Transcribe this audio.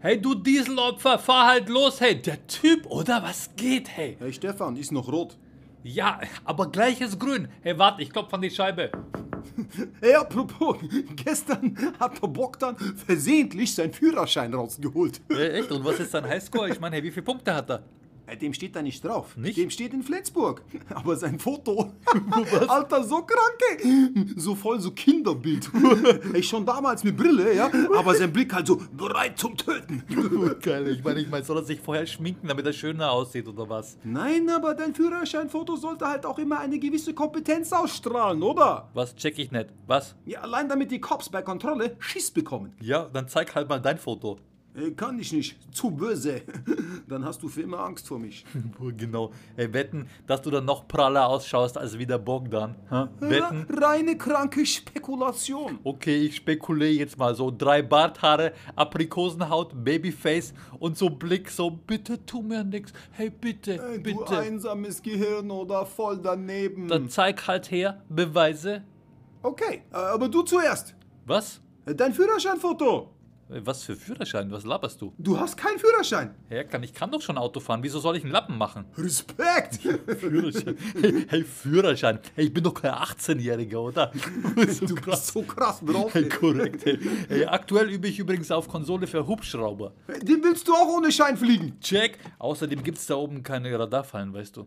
Hey, du Dieselopfer, fahr halt los, hey. Der Typ, oder? Was geht, hey? Hey Stefan, ist noch rot. Ja, aber gleich ist grün. Hey, warte, ich klopf an die Scheibe. Hey, apropos, gestern hat der Bogdan versehentlich seinen Führerschein rausgeholt. Äh, echt? Und was ist sein Highscore? Ich meine, hey, wie viele Punkte hat er? Äh, Dem steht da nicht drauf. Nicht? Dem steht in Flensburg. Aber sein Foto, Alter, so krank, ey. So voll so Kinderbild. ey, schon damals mit Brille, ja. Aber sein Blick halt so bereit zum Töten. Geil, ich meine, ich meine, soll er sich vorher schminken, damit er schöner aussieht, oder was? Nein, aber dein Führerscheinfoto sollte halt auch immer eine gewisse Kompetenz ausstrahlen, oder? Was check ich nicht? Was? Ja, allein damit die Cops bei Kontrolle Schiss bekommen. Ja, dann zeig halt mal dein Foto. Äh, Kann ich nicht. Zu böse. Dann hast du für immer Angst vor mich. Boah, Genau. Ey, wetten, dass du dann noch praller ausschaust als wie der Bogdan. Hä? Wetten? Äh, Reine kranke Spekulation. Okay, ich spekuliere jetzt mal so drei Barthaare, Aprikosenhaut, Babyface und so Blick so, bitte tu mir nix, hey bitte, Äh, Du bitte. einsames Gehirn oder voll daneben. Dann zeig halt her, Beweise. Okay, äh, aber du zuerst. Was? Äh, Dein Führerscheinfoto. Ey, Was für Führerschein, was laberst du? Du hast keinen Führerschein. Ja, kann, ich kann doch schon Auto fahren, wieso soll ich einen Lappen machen? Respekt. Führerschein. Hey, hey Führerschein. Hey, ich bin doch kein 18-Jähriger, oder? So Du krass. bist so krass drauf. Hey, korrekt. Hey. Hey, aktuell übe ich übrigens auf Konsole für Hubschrauber. ey. Äh, Den willst du auch ohne Schein fliegen. Check. Außerdem gibt's da oben keine Radarfallen, weißt du.